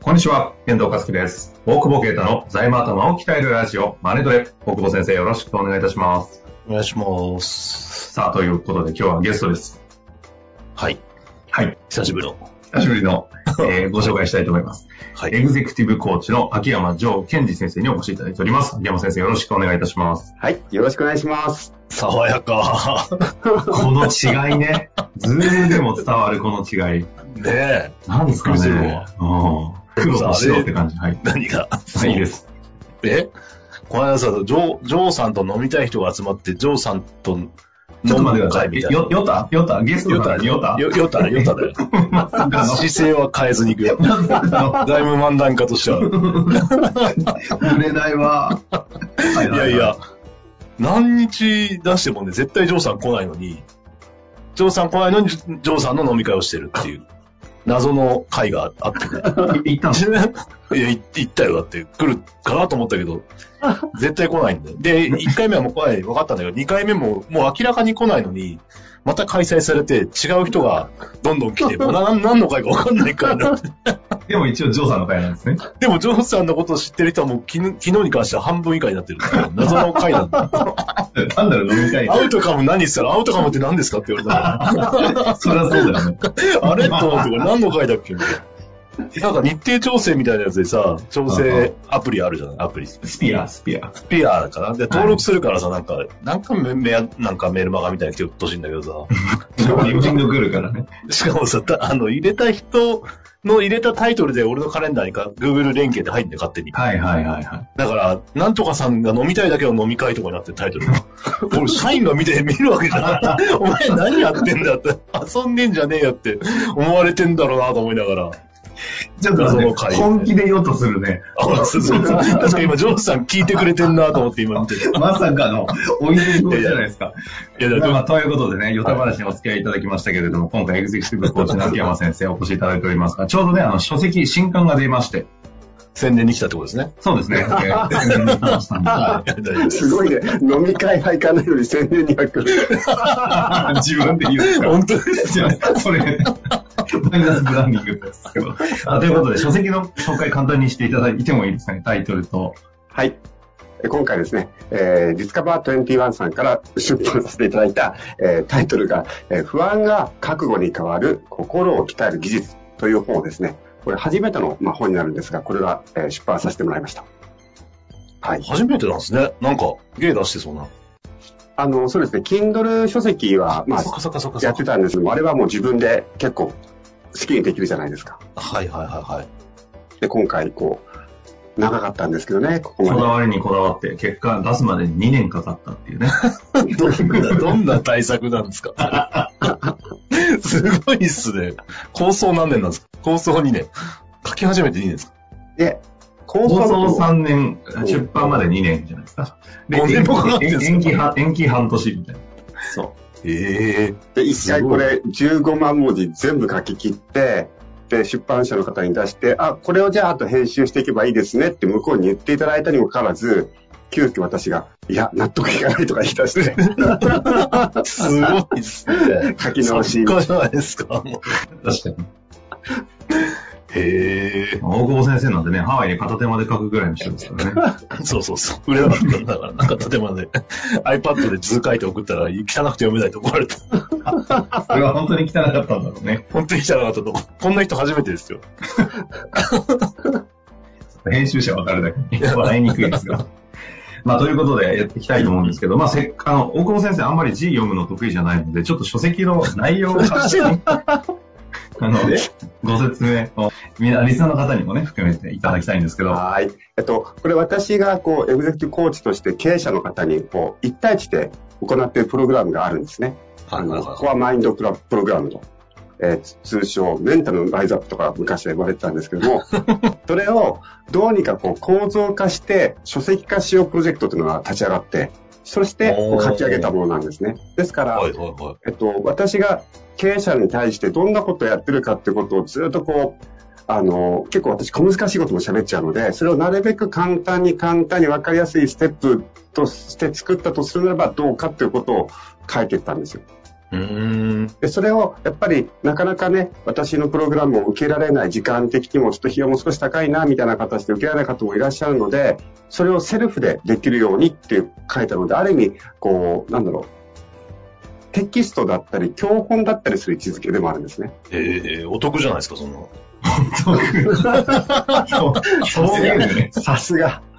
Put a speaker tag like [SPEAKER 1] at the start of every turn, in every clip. [SPEAKER 1] こんにちは、遠藤和樹です。大久保啓太の財務頭を鍛えるラジオ、マネトレ。大久保先生、よろしくお願いいたします。
[SPEAKER 2] お願いします。
[SPEAKER 1] さあ、ということで今日はゲストです。
[SPEAKER 2] はい。
[SPEAKER 1] はい。
[SPEAKER 2] 久しぶりの。
[SPEAKER 1] 久しぶりの、えーご紹介したいと思います。
[SPEAKER 2] は
[SPEAKER 1] エ
[SPEAKER 2] い。
[SPEAKER 1] グゼクティブコーチの秋山城健二先生にお越しいただいております。秋山先生、よろしくお願いいたします。
[SPEAKER 3] はい、よろしくお願いします。
[SPEAKER 2] 爽やか。
[SPEAKER 1] この違いね。ズームでも伝わるこの違い。
[SPEAKER 2] ねえ。
[SPEAKER 1] 何ですかね。
[SPEAKER 2] びっくりするわ
[SPEAKER 1] うん。黒と白って感じ。はい。
[SPEAKER 2] 何が。
[SPEAKER 1] はい、いいです。
[SPEAKER 2] えこの間さ、ジョー、ジョーさんと飲みたい人が集まって、ジョーさんと飲
[SPEAKER 1] ちょっと
[SPEAKER 2] む
[SPEAKER 1] 待ってくださ
[SPEAKER 2] 会
[SPEAKER 1] い。
[SPEAKER 2] みたいな。
[SPEAKER 1] よ、よたよたゲスト
[SPEAKER 2] よ
[SPEAKER 1] なの
[SPEAKER 2] た
[SPEAKER 1] によた
[SPEAKER 2] よよただよただよ。
[SPEAKER 1] まさかの
[SPEAKER 2] 姿勢は変えずにいくよ。だいぶ漫談家として は。
[SPEAKER 1] 売れないわ。い
[SPEAKER 2] いやいや。、何日出してもね、絶対ジョーさん来ないのに、ジョーさん来ないのに、ジョーさんの飲み会をしてるっていう、謎の会があっ てね。
[SPEAKER 1] いったの
[SPEAKER 2] いや、い行ったよ。だって、来るかなと思ったけど、絶対来ないんだよ。で、1回目はもう来ない。分かったんだけど、2回目も、もう明らかに来ないのに、また開催されて、違う人がどんどん来て、もうな 何の会か分かんないからなって。
[SPEAKER 1] でも一応、ジョーさんの会なんですね。
[SPEAKER 2] でも、ジョーさんのことを知ってる人はもう昨日、昨日に関しては半分以下になってる。謎の会なんだ。
[SPEAKER 1] なんだろう、飲み会。
[SPEAKER 2] アウトカム何したらアウトカムって何ですかって言われたか
[SPEAKER 1] そりゃそうだよね。
[SPEAKER 2] ら、あれと思って、これ何の回だっけみたいな。なんか日程調整みたいなやつでさ、調整アプリあるじゃないアプリ。ス
[SPEAKER 1] スピア、スピア。
[SPEAKER 2] ピアかなで、登録するからさ、なんか、なんかメメアなんかメールマガみたいなの来てうっとしいんだけどさ、
[SPEAKER 1] リムジング来るからね。
[SPEAKER 2] しかもさ、たあの、入れた人の入れたタイトルで俺のカレンダーにか Google 連携で入んで勝手に。
[SPEAKER 1] はいはいはいはい。
[SPEAKER 2] だから、なんとかさんが飲みたいだけの飲み会とかになってるタイトルが。 俺、社員が見て見るわけじゃない。 お前何やってんだって。遊んでんじゃねえよって思われてんだろうなと思いながら。
[SPEAKER 1] ちょっと
[SPEAKER 2] 謎
[SPEAKER 1] ね
[SPEAKER 2] の会
[SPEAKER 1] 本気で言おうとするね。
[SPEAKER 2] あ、そうそうそう。確かに今、ジョーズさん聞いてくれてんなと思って今見てる。
[SPEAKER 1] まさかの、おいでじゃないですか。
[SPEAKER 2] いや、だから
[SPEAKER 1] まあ、ということでね、ヨタ話にお付き合いいただきましたけれども、今回エグゼクティブコーチの秋山先生お越しいただいておりますが、ちょうどね、あの、書籍、新刊が出まして、
[SPEAKER 2] 宣伝に来たってことですね。
[SPEAKER 1] そうです ね。えー宣伝に来ましたんで
[SPEAKER 2] はい、大丈夫です。
[SPEAKER 3] すごいね、飲み会は行かないのに宣伝には来る。
[SPEAKER 1] 自分で言うんですか
[SPEAKER 2] 本当です
[SPEAKER 1] じゃあ、それ、マイナスブランディングですけど。 あということで、書籍の紹介簡単にしていただいてもいいですかね、タイトルと。
[SPEAKER 3] はい。え今回ですね、えー、ディスカバー21さんから出版させていただいた、えータイトルが、えー不安が覚悟に変わる心を鍛える技術という本をですね、これ初めての、まあ、本になるんですが、これが、えー出版させてもらいました。はい。
[SPEAKER 2] 初めてなんですね。なんか、芸出してそうな。
[SPEAKER 3] あの、そうですね、Kindle 書籍は、まあ
[SPEAKER 2] そっ、かそっかそっかそ
[SPEAKER 3] や
[SPEAKER 2] っ
[SPEAKER 3] って
[SPEAKER 2] か。
[SPEAKER 3] たんですけども、あれはもう自分で結構好きにできるじゃないですか。
[SPEAKER 2] はいはいはいはい。
[SPEAKER 3] で、今回、こう、長かったんですけどね、こ
[SPEAKER 1] こ
[SPEAKER 3] こ
[SPEAKER 1] だ
[SPEAKER 3] ま
[SPEAKER 1] わりにこだわって、結果出すまでに2年かかったっていうね。
[SPEAKER 2] どんな、どんな対策なんですか すごいっすね。構想何年なんですか構想2年。書き始めて2年ですか
[SPEAKER 3] で。で、構
[SPEAKER 1] 放
[SPEAKER 3] 想
[SPEAKER 1] 送
[SPEAKER 3] さん
[SPEAKER 1] 3年、出版まで2年じゃないですか。で、
[SPEAKER 2] 五
[SPEAKER 1] 延
[SPEAKER 2] 年もかかってんす
[SPEAKER 1] 期
[SPEAKER 2] か
[SPEAKER 1] 延期半延期半年みたいな。
[SPEAKER 2] ええ
[SPEAKER 3] で、一回これ15万文字全部書き切って、で、出版社の方に出して、あ、これをじゃああと編集していけばいいですねって向こうに言っていただいたにもかかわらず、急遽私が、いや、納得いかないとか言い出して、
[SPEAKER 2] すごいっすね。
[SPEAKER 3] 書き直し。
[SPEAKER 2] 作家じゃないですか。もう
[SPEAKER 1] 確かに。
[SPEAKER 2] へえ。
[SPEAKER 1] 大久保先生なんてね、ハワイで片手間で書くぐらいの人ですからね。
[SPEAKER 2] そうそうそう。売れなかったんだから、なんか建物で、iPad で図書いて送ったら、汚くて読めないと怒られた。
[SPEAKER 1] それは本当に汚かったんだろうね。
[SPEAKER 2] 本当に汚かったと。こんな人初めてですよ。
[SPEAKER 1] 編集者わかるだけに笑いにくいですが。まあ、ということでやっていきたいと思うんですけど、まあ、せっ あの、大久保先生あんまり字読むの得意じゃないので、ちょっと書籍の内容を確あの、ご説明を、みんな、リスナーの方にもね、含めていただきたいんですけど、
[SPEAKER 3] はい。えっと、これ私が、こう、エグゼクティブコーチとして経営者の方に、こう、一対一で行っているプログラムがあるんですね。
[SPEAKER 4] はいはいはい
[SPEAKER 3] ここはマインドプラプログラムと。えーつ通称、メンタルのライズアップとか昔は言われてたんです けども、それをどうにかこう構造化して書籍化しようプロジェクトというのが立ち上がって、そしてこう書き上げたものなんですね。ですから、
[SPEAKER 4] はいはいはい。
[SPEAKER 3] えっと、私が経営者に対してどんなことをやってるかってことをずっとこう、あの、結構私小難しいことも喋っちゃうので、それをなるべく簡単に簡単に分かりやすいステップとして作ったとするならばどうかっていうことを書いてったんですよ。
[SPEAKER 2] うーん。
[SPEAKER 3] で、それをやっぱりなかなかね、私のプログラムを受けられない時間的にもちょっと費用も少し高いなみたいな形で受けられない方もいらっしゃるので、それをセルフでできるようにって書いたので、ある意味、こう、なんだろう。テキストだったり、教本だったりする位置づけでもあるんですね。
[SPEAKER 2] えー、お得じゃないですか、そんな。
[SPEAKER 1] そう、そういうね、
[SPEAKER 3] さすが。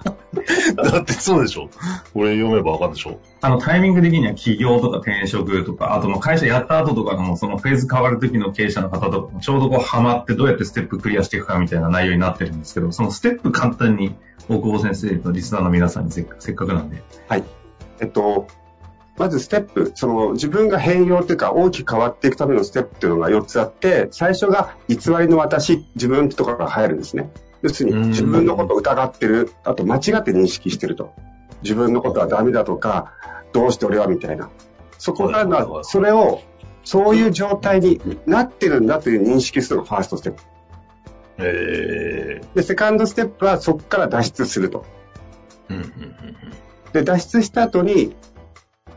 [SPEAKER 2] だってそうでしょ。これ読めばわかるでしょ。
[SPEAKER 1] あの、タイミング的には起業とか転職とか、あともう会社やった後とかの、そのフェーズ変わる時の経営者の方とかも、ちょうどこうハマってどうやってステップクリアしていくかみたいな内容になってるんですけど、そのステップ簡単に、大久保先生とリスナーの皆さんにせっかせっかくなんで、
[SPEAKER 3] えっと、まずステップ、その自分が変容というか大きく変わっていくためのステップというのが4つあって、最初が偽りの私、自分とかが入るんですね。要する
[SPEAKER 2] う
[SPEAKER 3] に
[SPEAKER 2] ん
[SPEAKER 3] 自分のことを疑ってる、あと間違って認識してると。自分のことはダメだとか、どうして俺はみたいな。そこから
[SPEAKER 2] はいはいは
[SPEAKER 3] の、
[SPEAKER 2] い
[SPEAKER 3] それを、そういう状態になってるんだという認識するのがファーストステップ。
[SPEAKER 2] えー、
[SPEAKER 3] で、セカンドステップはそこから脱出すると。
[SPEAKER 2] うんうんうん
[SPEAKER 3] で、脱出した後に、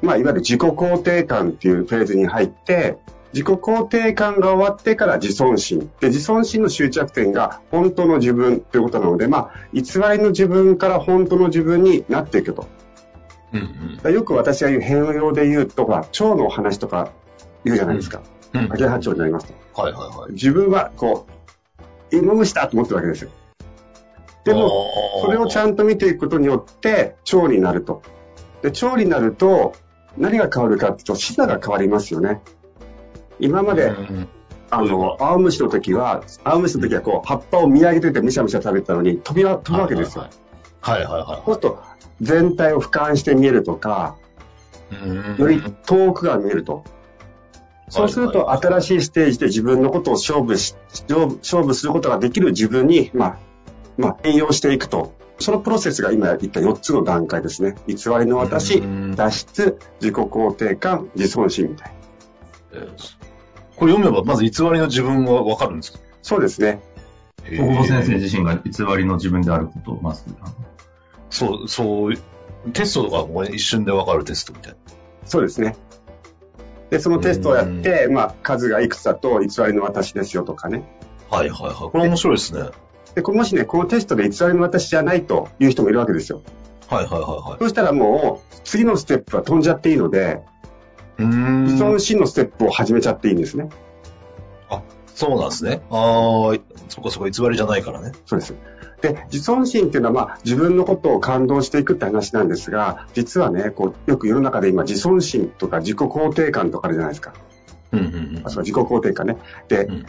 [SPEAKER 3] まあ、いわゆる自己肯定感っていうフェーズに入って、自己肯定感が終わってから自尊心。で、自尊心の終着点が本当の自分ということなので、まあ、偽りの自分から本当の自分になっていくと。
[SPEAKER 2] うん。うん
[SPEAKER 3] だからよく私が言う変容で言うと、ほら、腸のお話とか言うじゃないですか。
[SPEAKER 2] うん。うん。
[SPEAKER 3] アゲハ腸になりますと。
[SPEAKER 2] はいはいはい。
[SPEAKER 3] 自分は、こう、芋虫だと思ってるわけですよ。でも、それをち
[SPEAKER 2] ん
[SPEAKER 3] ゃんと見ていくことによって、腸になると。で、腸になると、何が変わるかっていうと、視座が変わりますよね。今まで、あの、青虫の時は、青虫の時はこう、葉っぱを見上げててむしゃむしゃ食べてたのに、飛びは飛ぶわけですよ。。
[SPEAKER 2] はいはいは
[SPEAKER 3] そうすると、全体を俯瞰して見えるとか、
[SPEAKER 2] いはい。
[SPEAKER 3] より遠くが見えると。そうすると、
[SPEAKER 2] はいはい
[SPEAKER 3] 新しいステージで自分のことを勝負し、勝負勝負することができる自分に、まあ、まあ、変容していくと。そのプロセスが今言った4つの段階ですね。偽りの私
[SPEAKER 2] うん、
[SPEAKER 3] 脱出、自己肯定感、自尊心みたいな。
[SPEAKER 2] えーこれ読めば、まず偽りの自分はわかるんですか
[SPEAKER 3] そうですね。
[SPEAKER 2] 大
[SPEAKER 1] 大久保先生自身が偽りの自分であることを、まず、あの
[SPEAKER 2] そう、そう、テストとかも一瞬でわかるテストみたいな。
[SPEAKER 3] そうですね。で、そのテストをやって、まあ、数がいくつだと偽りの私ですよとかね。
[SPEAKER 2] はいはいはい。これ面白いですね。はい
[SPEAKER 3] で、こもしね、このテストで偽りの私じゃないという人もいるわけですよ。
[SPEAKER 2] はいはいは
[SPEAKER 3] そうしたらもう、次のステップは飛んじゃっていいので、
[SPEAKER 2] い。うーん
[SPEAKER 3] 自尊心のステップを始めちゃっていいんですね。
[SPEAKER 2] そうなんですね。ああ、そこそこ偽りじゃないからね。
[SPEAKER 3] そうです。で、自尊心っていうのは、まあ、自分のことを感動していくって話なんですが、実はね、こう、よく世の中で今、自尊心とか自己肯定感とかあるじゃないですか。
[SPEAKER 2] うんうんうん
[SPEAKER 3] あ、そうか、自己肯定感ね。で
[SPEAKER 2] う、んうん。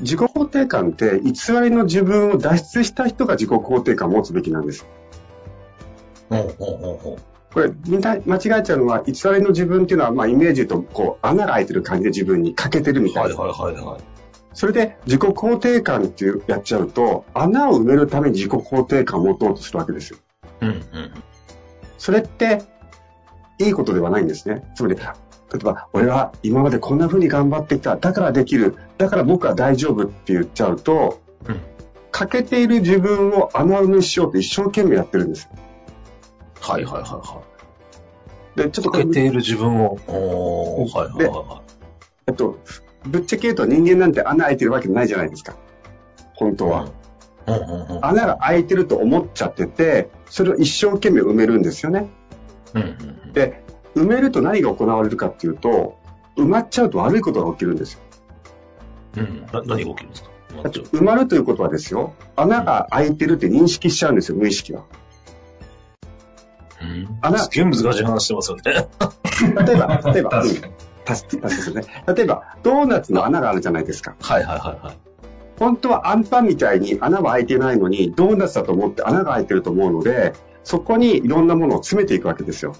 [SPEAKER 3] 自己肯定感って、偽りの自分を脱出した人が自己肯定感を持つべきなんです。
[SPEAKER 2] おうおうおうおう
[SPEAKER 3] これ、みんな間違えちゃうのは、偽りの自分っていうのは、まあ、イメージで言うと、こう、穴が開いてる感じで自分に欠けてるみたい
[SPEAKER 2] は
[SPEAKER 3] ない
[SPEAKER 2] はい。はいはい。
[SPEAKER 3] それで自己肯定感っていうやっちゃうと、穴を埋めるために自己肯定感を持とうとするわけですよ。
[SPEAKER 2] うんうん。
[SPEAKER 3] それって、いいことではないんですね。つまり、例えば、俺は今までこんな風に頑張ってきた。だからできる。だから僕は大丈夫って言っちゃうと、
[SPEAKER 2] うん
[SPEAKER 3] 欠けている自分を穴埋めしようと一生懸命やってるんですよ。
[SPEAKER 2] はいはいはいは
[SPEAKER 3] で、ちょっ
[SPEAKER 2] い。か
[SPEAKER 3] とこれ
[SPEAKER 2] けている自分を。おーはいはいはいはい。
[SPEAKER 3] えっと、ぶっちゃけ言うと人間なんて穴開いてるわけないじゃないですか。本当は。
[SPEAKER 2] うんうんうん。
[SPEAKER 3] 穴が開いてると思っちゃってて、それを一生懸命埋めるんですよね。
[SPEAKER 2] うんうん
[SPEAKER 3] で、埋めると何が行われるかっていうと、埋まっちゃうと悪いことが起きるんですよ。
[SPEAKER 2] うん。うん。な何が起きるんですか
[SPEAKER 3] だって埋まるということはですよ、穴が開いてるって認識しちゃうんですよ、無意識は。
[SPEAKER 2] うん
[SPEAKER 3] 穴
[SPEAKER 2] すげえ難しい話してますよね。
[SPEAKER 3] 例えば、例えば、
[SPEAKER 1] 確かに。
[SPEAKER 3] 足し、足しするね。例えば、ドーナツの穴があるじゃないですか。
[SPEAKER 2] はいはいはいはい。
[SPEAKER 3] 本当はアンパンみたいに穴は開いてないのに、ドーナツだと思って穴が開いてると思うので、そこにいろんなものを詰めていくわけですよ。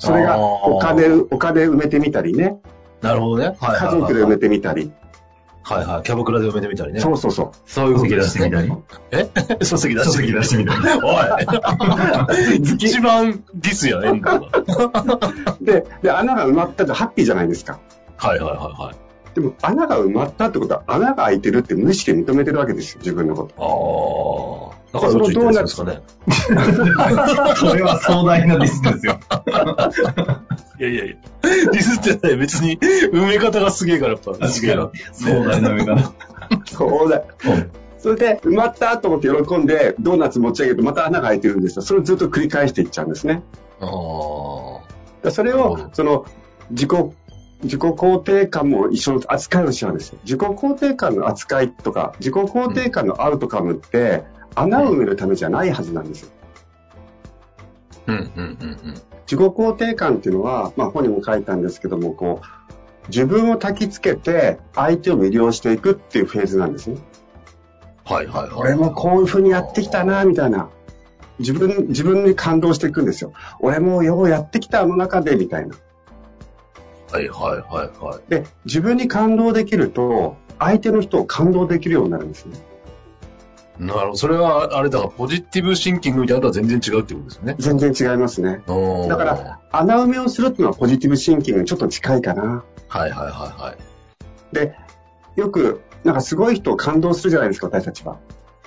[SPEAKER 3] それ
[SPEAKER 2] あー
[SPEAKER 3] がお金、お金埋めてみたりね、
[SPEAKER 2] なるほどね。はい
[SPEAKER 3] 家
[SPEAKER 2] はい、
[SPEAKER 3] 族で埋めてみたり、
[SPEAKER 2] はいはい。キャバクラで埋めてみたりね。
[SPEAKER 3] そうそうそう。
[SPEAKER 2] そういう
[SPEAKER 1] 書
[SPEAKER 2] こと
[SPEAKER 1] 籍
[SPEAKER 2] で
[SPEAKER 1] 出して
[SPEAKER 2] す
[SPEAKER 1] みた
[SPEAKER 2] ね。
[SPEAKER 1] り。
[SPEAKER 2] 書籍出
[SPEAKER 1] 書
[SPEAKER 2] してみ
[SPEAKER 1] 籍
[SPEAKER 2] た
[SPEAKER 1] 出してみたり。
[SPEAKER 2] り。 おい一番ディスやねんだから
[SPEAKER 3] で、で、穴が埋まったとハッピーじゃないですか。
[SPEAKER 2] はいはいはいはい。
[SPEAKER 3] でも、穴が埋まったってことは、穴が開いてるって無意識で認めてるわけですよ、自分のこと。
[SPEAKER 2] ああ。だからどっち行ったんですかね。
[SPEAKER 1] それは壮大なディスですよ。
[SPEAKER 2] いやいや いや。ディスってない。別に、埋め方がすげえから、やっぱ。
[SPEAKER 1] 壮大な目かな。
[SPEAKER 3] そうだ。それで、埋まったと思って喜んで、ドーナツ持ち上げると、また穴が開いてるんですよ。それをずっと繰り返していっちゃうんですね。
[SPEAKER 2] ああ。
[SPEAKER 3] だからそれ
[SPEAKER 2] なるほ
[SPEAKER 3] を
[SPEAKER 2] ど、
[SPEAKER 3] その、自己、自己肯定感も一緒の扱いをしちゃうんですよ。自己肯定感の扱いとか、自己肯定感のアウトカムって、穴を埋めるためじゃないはずなんですよ。
[SPEAKER 2] うんうんうんうん。
[SPEAKER 3] 自己肯定感っていうのは、まあ本にも書いたんですけども、こう、自分を焚きつけて相手を魅了していくっていうフェーズなんですね。
[SPEAKER 2] はいはいはい。
[SPEAKER 3] 俺もこういう風にやってきたな、みたいな。自分、自分に感動していくんですよ。俺もようやってきたあの中で、みたいな。
[SPEAKER 2] はいはいはいはい。
[SPEAKER 3] で、自分に感動できると、相手の人を感動できるようになるんですね。
[SPEAKER 2] なるほど。それは、あれだから、ポジティブシンキングみたいなのとは全然違うってことですよね。
[SPEAKER 3] 全然違いますね。
[SPEAKER 2] うん
[SPEAKER 3] だから、穴埋めをするっていうのはポジティブシンキングにちょっと近いかな。
[SPEAKER 2] はいはいは
[SPEAKER 3] で、よく、なんかすごい人を感動するじゃないですか、私たちは。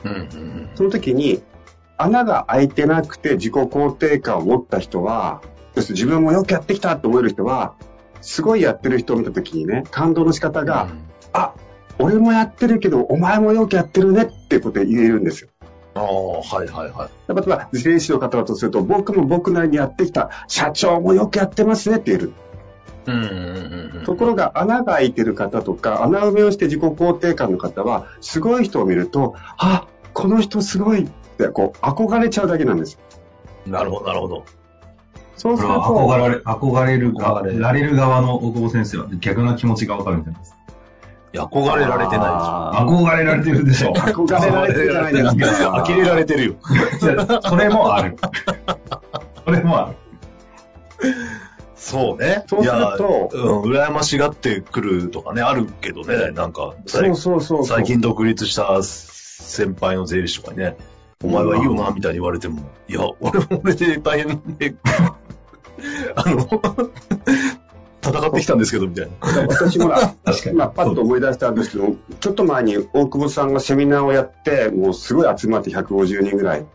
[SPEAKER 2] いはい。うんうんうん。
[SPEAKER 3] その時に、穴が開いてなくて自己肯定感を持った人は、要するに自分もよくやってきたって思える人は、すごいやってる人を見た時にね、感動の仕方が、
[SPEAKER 2] うん
[SPEAKER 3] あ、俺もやってるけど、お前もよくやってるねっていうことで言えるんですよ。
[SPEAKER 2] ああ、はいはいはい。
[SPEAKER 3] 例えば、税理士の方だとすると、僕も僕なりにやってきた、社長もよくやってますねって言える。
[SPEAKER 2] うんうんうん。
[SPEAKER 3] ところが、穴が開いてる方とか、穴埋めをして自己肯定感の方は、すごい人を見ると、あ、この人すごいって、こう、憧れちゃうだけなんです。
[SPEAKER 2] なるほどなるほど。
[SPEAKER 3] そう
[SPEAKER 1] こ
[SPEAKER 3] す
[SPEAKER 1] れ
[SPEAKER 3] る
[SPEAKER 1] は
[SPEAKER 3] と、
[SPEAKER 1] 憧れる、憧れる側、
[SPEAKER 2] 憧れる
[SPEAKER 1] られる側の大久保先生は逆な気持ちがわかるみたいです。
[SPEAKER 2] いや、憧れられてな
[SPEAKER 3] あ
[SPEAKER 1] 憧れられてるで しょ。
[SPEAKER 3] 憧
[SPEAKER 2] いでしょ。
[SPEAKER 3] れられてるじゃないですか。
[SPEAKER 2] 呆れられてるよ。
[SPEAKER 1] じゃあそれもある。それもある。
[SPEAKER 2] そうね。
[SPEAKER 3] そう
[SPEAKER 2] い
[SPEAKER 3] すると
[SPEAKER 2] やうん、羨ましがってくるとかね、あるけどね、なんか、
[SPEAKER 3] そうそうそうそう。
[SPEAKER 2] 最近独立した先輩の税理士とかにね、お前はいいよな、みたいに言われても、いや、俺も俺で大変で、 あの、戦ってきたんですけど、みたいな。
[SPEAKER 3] 私もら
[SPEAKER 1] 確かに
[SPEAKER 3] 今パッと思い出したんですけど、ちょっと前に大久保さんがセミナーをやって、もうすごい集まって150人ぐらい。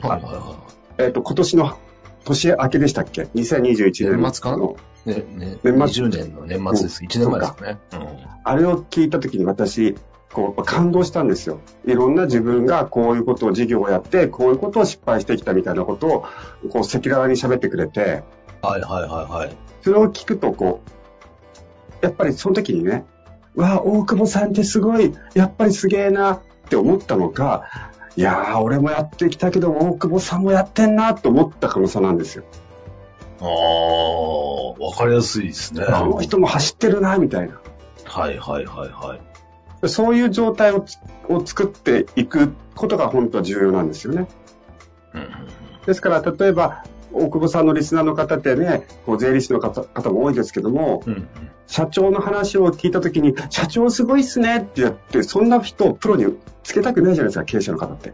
[SPEAKER 2] はいはいは
[SPEAKER 3] えっ、と、今年の年明けでしたっけ ?2021 年
[SPEAKER 2] 年末かなね、ね、
[SPEAKER 3] 年
[SPEAKER 2] 20
[SPEAKER 3] 末
[SPEAKER 2] 年の年末です。1年前ですかね。
[SPEAKER 3] あれを聞いた時に私、こう、感動したんですよ。いろんな自分がこういうことを事業をやって、こういうことを失敗してきたみたいなことを、こう、赤裸々に喋ってくれて、
[SPEAKER 2] うんはいはいはいはい。
[SPEAKER 3] それを聞くと、こう、やっぱりその時にね、わあ、大久保さんってすごい、やっぱりすげえなって思ったのか、いやー、俺もやってきたけど、大久保さんもやってんなと思った可能性なんですよ。
[SPEAKER 2] ああ、わかりやすいですね。
[SPEAKER 3] あの人も走ってるな、みたいな。
[SPEAKER 2] はいはいはいはい。
[SPEAKER 3] そういう状態をつを作っていくことが本当は重要なんですよね。
[SPEAKER 2] うん
[SPEAKER 3] ですから、例えば、大久保さんのリスナーの方ってね、こう税理士の方方も多いですけども、
[SPEAKER 2] うんうん。
[SPEAKER 3] 社長の話を聞いたときに、社長すごいっすねってやって、そんな人をプロにつけたくないじゃないですか、経営者の方って。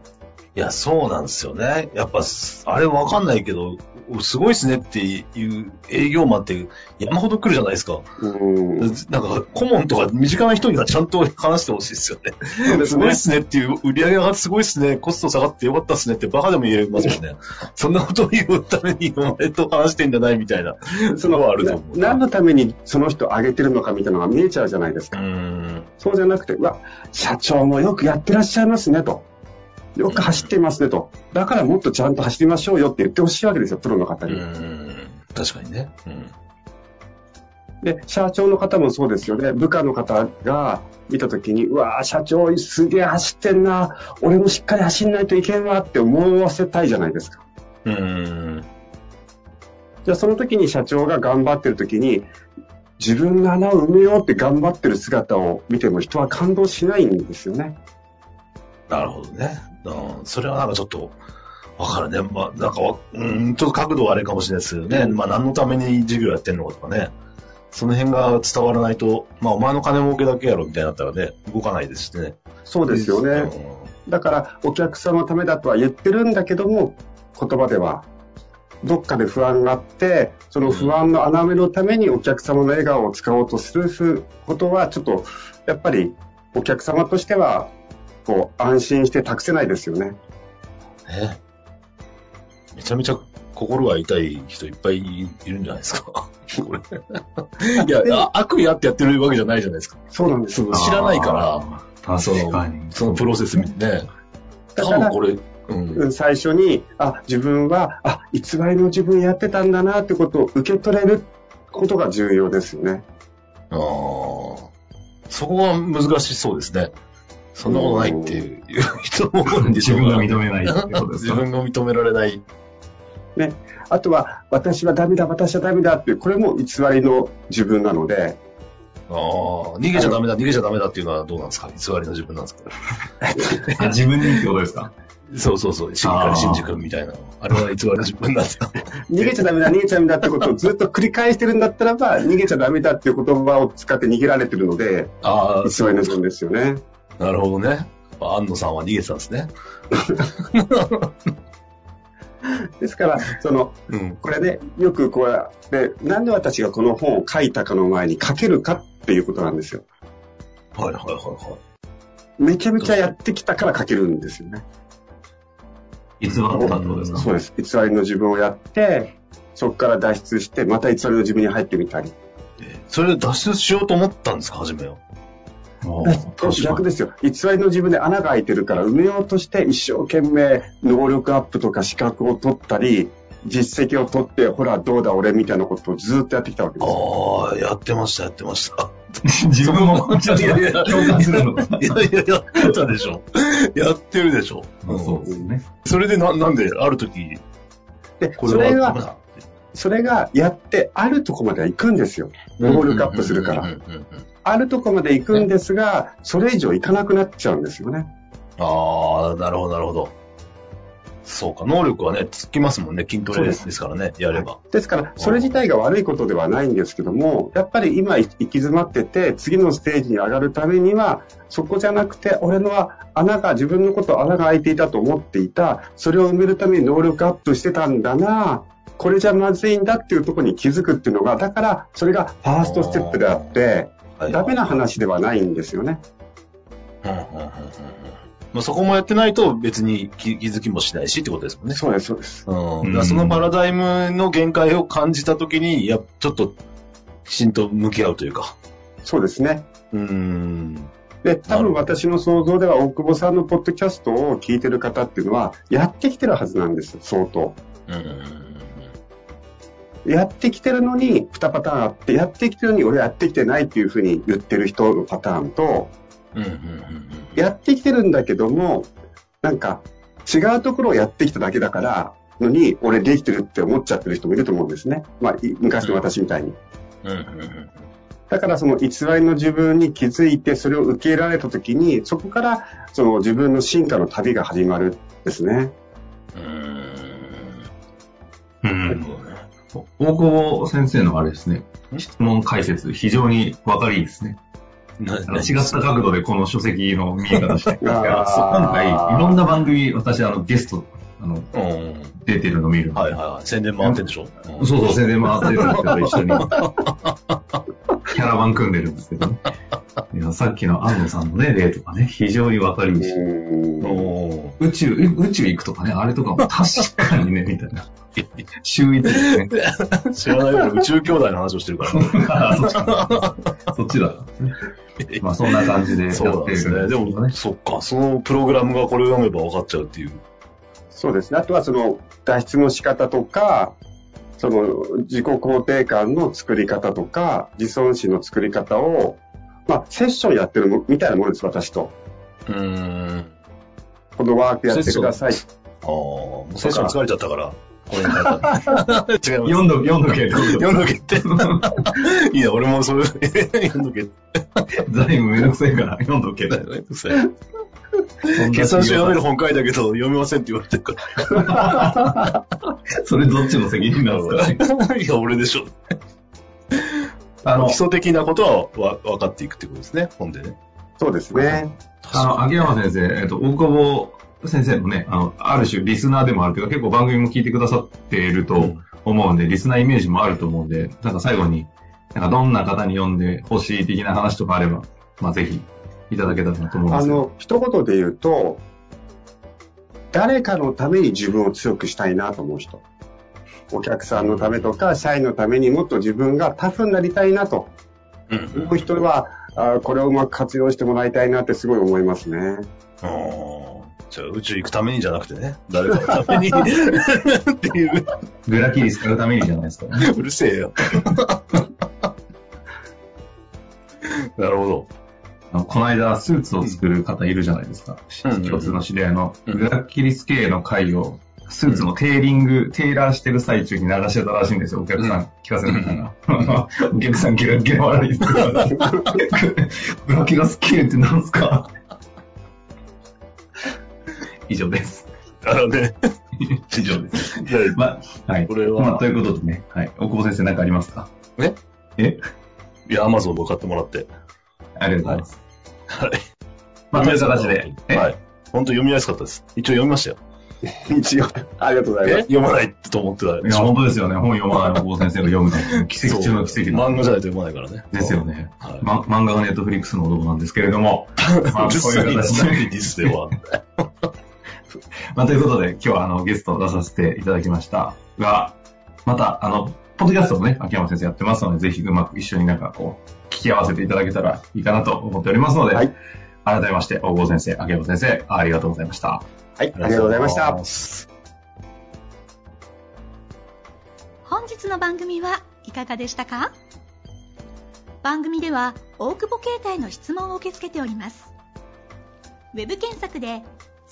[SPEAKER 2] いや、そうなんですよね。やっぱ、すあれわかんないけど、すごいっすねっていう営業マンって山ほど来るじゃないですか。
[SPEAKER 3] うん。
[SPEAKER 2] なんか、顧問とか身近な人にはちゃんと話してほしいですよね。
[SPEAKER 3] そうです
[SPEAKER 2] すごいっ
[SPEAKER 3] ね。
[SPEAKER 2] すねっていう、売り上げがすごいっすね、コスト下がってよかったっすねってバカでも言えますよね。そんなことを言うためにお前と話してんじゃないみたいな。
[SPEAKER 3] その
[SPEAKER 2] はあると思う
[SPEAKER 3] な何のためにその人を上げてるのかみたいなのが見えちゃうじゃないです
[SPEAKER 2] う
[SPEAKER 3] か。
[SPEAKER 2] ん。
[SPEAKER 3] そうじゃなくて、うわ、社長もよくやってらっしゃいますねと。よく走ってますねと。だからもっとちゃんと走りましょうよって言ってほしいわけですよ、プロの方
[SPEAKER 2] う
[SPEAKER 3] に。
[SPEAKER 2] ん。確かにね。うん。
[SPEAKER 3] で、社長の方もそうですよね。部下の方が見たときに、うわー社長すげえ走ってんな。俺もしっかり走んないといけんわって思わせたいじゃないですか。
[SPEAKER 2] うん。
[SPEAKER 3] じゃあその時に社長が頑張ってる時に、自分の穴を埋めようって頑張ってる姿を見ても人は感動しないんですよね。
[SPEAKER 2] なるほどね。うん、それはなんかちょっと、わかるね。まあ、なんかわ、うん、ちょっと角度はあれかもしれないですけどね。まあ、何のために授業やってんのかとかね。その辺が伝わらないと、まあ、お前の金儲けだけやろみたいになったらね、動かないですしね。
[SPEAKER 3] そうですよね。だからお客様のためだとは言ってるんだけども言葉ではどっかで不安があってその不安の穴埋めのためにお客様の笑顔を使おうとすることはちょっとやっぱりお客様としてはこう安心して託せないですよね。
[SPEAKER 2] うん。ねめちゃめちゃ心が痛い人いっぱいいるんじゃないですか。これ。いや、あ悪意あってやってるわけじゃないじゃないですか。
[SPEAKER 3] そうなんです
[SPEAKER 2] その知らないから。
[SPEAKER 1] ら確かに。
[SPEAKER 2] そのプロセスね。
[SPEAKER 3] だ
[SPEAKER 2] 多
[SPEAKER 3] か
[SPEAKER 2] 分
[SPEAKER 3] ら
[SPEAKER 2] これ、うん。
[SPEAKER 3] 最初にあ自分はあ偽りの自分やってたんだなってことを受け取れることが重要ですよね。
[SPEAKER 2] ああ。そこが難しそうですね。そんなことないっていう人も多いんでし
[SPEAKER 1] 自
[SPEAKER 2] ょう
[SPEAKER 1] 分が
[SPEAKER 2] が
[SPEAKER 1] 認めないってことです
[SPEAKER 2] 自
[SPEAKER 1] よね。
[SPEAKER 2] 分が認められない。
[SPEAKER 3] ね、あとは私はダメだ私はダメだっていうこれも偽りの自分なので
[SPEAKER 2] ああ、逃げちゃダメだ、逃げちゃダメだっていうのはどうなんですか偽りの自分なんですか
[SPEAKER 1] あ自分にってことですか
[SPEAKER 2] そうそうそう、しっかり信じ君みたいな。あれは偽りの自分なんですか
[SPEAKER 3] 逃げちゃダメだ逃げちゃダメだってことをずっと繰り返してるんだったらば逃げちゃダメだっていう言葉を使って逃げられてるので
[SPEAKER 2] ああ、
[SPEAKER 3] 偽りの自分ですよね
[SPEAKER 2] なるほどね。安野さんは逃げてたんですね。
[SPEAKER 3] ですからその
[SPEAKER 2] うん。
[SPEAKER 3] これねよくこうやってなんで私がこの本を書いたかの前に書けるかっていうことなんですよ
[SPEAKER 2] はいはいはいはい。
[SPEAKER 3] めちゃめちゃやってきたから書けるんですよね
[SPEAKER 1] 偽ったってことですか
[SPEAKER 3] そうです偽りの自分をやってそこから脱出してまた偽りの自分に入ってみたり
[SPEAKER 2] えそれで脱出しようと思ったんですか初めは。
[SPEAKER 1] もう確か
[SPEAKER 3] 逆ですよ。偽りの自分で穴が開いてるから埋めようとして一生懸命能力アップとか資格を取ったり、実績を取って、ほらどうだ俺みたいなことをずっとやってきたわけですよ。
[SPEAKER 2] ああ、やってました、やってました。
[SPEAKER 1] に。自分もちょっと共感するのか。
[SPEAKER 2] いやいや、やってたでしょ。やってるでしょ。
[SPEAKER 1] まあそうですね。
[SPEAKER 2] それでな、なんで、ある時、
[SPEAKER 3] で、
[SPEAKER 2] こ
[SPEAKER 3] そ
[SPEAKER 2] れ
[SPEAKER 3] れ
[SPEAKER 2] は
[SPEAKER 3] が、それがやってあるとこまでは行くんですよ。能力アップするか
[SPEAKER 2] うん
[SPEAKER 3] ら。
[SPEAKER 2] うんうんうん
[SPEAKER 3] あるとこまで行くんですが、それ以上行かなくなっちゃうんですよね。
[SPEAKER 2] ああ、なるほど、なるほど。そうか、能力はね、つきますもんね、筋トレですからね、やれば。
[SPEAKER 3] ですから、それ自体が悪いことではないんですけども、やっぱり今行き詰まってて、次のステージに上がるためには、そこじゃなくて、俺のは穴が、自分のこと穴が開いていたと思っていた、それを埋めるために能力アップしてたんだな、これじゃまずいんだっていうところに気づくっていうのが、だから、それがファーストステップであって、
[SPEAKER 2] はい
[SPEAKER 3] ダメな話ではないんですよね。
[SPEAKER 2] うんうんうんうんうんまあそこもやってないと別に気気づきもしないしってことですもんね。
[SPEAKER 3] そうです、そうです。
[SPEAKER 2] うん、だか
[SPEAKER 1] うん
[SPEAKER 2] らそのパラダイムの限界を感じたときに、いや、ちょっと、きちんと向き合うというか。
[SPEAKER 3] そうですね。
[SPEAKER 2] うーん。
[SPEAKER 3] で、
[SPEAKER 2] な
[SPEAKER 3] 多
[SPEAKER 2] る
[SPEAKER 3] 分
[SPEAKER 2] ほど
[SPEAKER 3] 私の想像では、大久保さんのポッドキャストを聞いてる方っていうのは、やってきてるはずなんです、相当。
[SPEAKER 2] うん。
[SPEAKER 3] やってきてるのに2パターンあって、やってきてるのに俺やってきてないっていうふうに言ってる人のパターンと、
[SPEAKER 2] うんうんうんうん。
[SPEAKER 3] やってきてるんだけども、なんか違うところをやってきただけだから、のに俺できてるって思っちゃってる人もいると思うんですね。まあ、い昔の私みたいに。
[SPEAKER 2] うんうんうん
[SPEAKER 3] だからその偽りの自分に気づいてそれを受け入れられた時に、そこからその自分の進化の旅が始まるんですね。
[SPEAKER 2] うーん。
[SPEAKER 1] うん。大久保先生のあれですね、質問解説、非常に分かりいいですね。
[SPEAKER 2] な
[SPEAKER 1] あの違った角度でこの書籍の見え方してますから、そう
[SPEAKER 3] あー
[SPEAKER 1] 今回、いろんな番組、私、あの、ゲスト、あの、
[SPEAKER 2] うん。
[SPEAKER 1] 出てるの見るんで
[SPEAKER 2] はいはいはい。宣伝回ってんでしょ。
[SPEAKER 1] そうそう、宣伝回ってるんですけど、 一緒に。キャラバン組んでるんですけどね。いやさっきの安野さんのね、例とかね、非常に分かりいいし。
[SPEAKER 2] うん。おー
[SPEAKER 1] 宇宙、宇宙行くとかね、あれとかも確かにね、みたい な。秀逸ですね。
[SPEAKER 2] 知らないよ宇宙兄弟の話をしてるからね。
[SPEAKER 1] あそっちかそっちだったんですね。まあそんな感じでやって
[SPEAKER 2] そう
[SPEAKER 1] る
[SPEAKER 2] なんですね。でも、そっか、そのプログラムがこれを読めば分かっちゃうっていう。
[SPEAKER 3] そうですね。あとはその脱出の仕方とか、その自己肯定感の作り方とか、自尊心の作り方を、まあ、セッションやってるもみたいなものです、私と。
[SPEAKER 2] うーん。
[SPEAKER 3] このワークやってください。
[SPEAKER 2] ああ、もうセッション疲れちゃったから、これにな ったの違います。
[SPEAKER 1] 読んどけ、読んどけってこと。
[SPEAKER 2] 読んどけって。いや、俺もそれ、読んど けって。
[SPEAKER 1] 財務めんどくさいから、読んどけ。
[SPEAKER 2] 決算書読める本書いたけど、読めませんって言われてる か。
[SPEAKER 1] それどっちの責任なんですから
[SPEAKER 2] いや、俺でしょ。
[SPEAKER 1] あの
[SPEAKER 2] 基、礎的なことはわ分かっていくってことですね、本でね。
[SPEAKER 3] そうですね。
[SPEAKER 1] あの、秋山先生、えっと、大久保先生のね、あの、ある種リスナーでもあるというか、結構番組も聞いてくださっていると思うんで、リスナーイメージもあると思うんで、なんか最後に、なんかどんな方に読んでほしい的な話とかあれば、まあぜひいただけたらなと思いま
[SPEAKER 3] あ
[SPEAKER 1] す。
[SPEAKER 3] の、一言で言うと、誰かのために自分を強くしたいなと思う人。お客さんのためとか、社員のためにもっと自分がタフになりたいなと
[SPEAKER 2] うん
[SPEAKER 3] 思う人は、あこれをうまく活用してもらいたいなってすごい思いますね。
[SPEAKER 2] じゃあ宇宙行くためにじゃなくてね、誰かのためにっていう、
[SPEAKER 1] グラキリ使うためにじゃないですか。
[SPEAKER 2] うるせえよ。なるほど。
[SPEAKER 1] あのこの間、スーツを作る方いるじゃないですか。
[SPEAKER 2] うん
[SPEAKER 1] 共通の知り合いの。
[SPEAKER 2] うん
[SPEAKER 1] グラッキリス系の会を、スーツのテーリング、テーラーしてる最中に流してたらしいんですよ、お客さ
[SPEAKER 2] うん
[SPEAKER 1] ん聞かせながら。 お客さんゲラゲラ笑いですから。グラキラス系ってなんすか 以上です。
[SPEAKER 2] あのね、
[SPEAKER 1] 以上です。
[SPEAKER 2] じゃあ
[SPEAKER 1] まあ、はい。
[SPEAKER 2] これは
[SPEAKER 1] まあ、ということでね、はい。大久保先生何かありますか
[SPEAKER 2] え
[SPEAKER 1] え
[SPEAKER 2] いや、アマゾンも買ってもらって。
[SPEAKER 1] ありがとうございます。
[SPEAKER 2] はい。
[SPEAKER 1] まあ、という形で。え
[SPEAKER 2] はい。本当読みやすかったです。一応読みましたよ。
[SPEAKER 3] 一応、ありがとうござい
[SPEAKER 2] え
[SPEAKER 3] ます。
[SPEAKER 2] 読まないと思ってた。
[SPEAKER 1] いや、本当ですよね。本読まない大久保先生が読む の。奇跡中の奇跡
[SPEAKER 2] そう
[SPEAKER 1] の。
[SPEAKER 2] 漫画じゃないと読まないからね。
[SPEAKER 1] ですよね。
[SPEAKER 2] はい。
[SPEAKER 1] ま、漫画がネットフリックスの男なんですけれど も。まあ、
[SPEAKER 2] 10
[SPEAKER 1] そうい
[SPEAKER 2] 歳
[SPEAKER 1] う
[SPEAKER 2] にな
[SPEAKER 1] 形で。
[SPEAKER 2] ディスでは。
[SPEAKER 1] まあ、ということで、今日はあの、ゲストを出させていただきましたが、また、あの、ポッドキャストもね、秋山先生やってますので、ぜひうまく一緒になんかこう、聞き合わせていただけたらいいかなと思っておりますので、
[SPEAKER 3] はい
[SPEAKER 1] 改めまして、大久保先生、秋山先生、ありがとうございました。
[SPEAKER 3] はい、ありがとうございました。
[SPEAKER 5] 本日の番組はいかがでしたか番組では大久保携帯の質問を受け付けておりますウェブ検索で「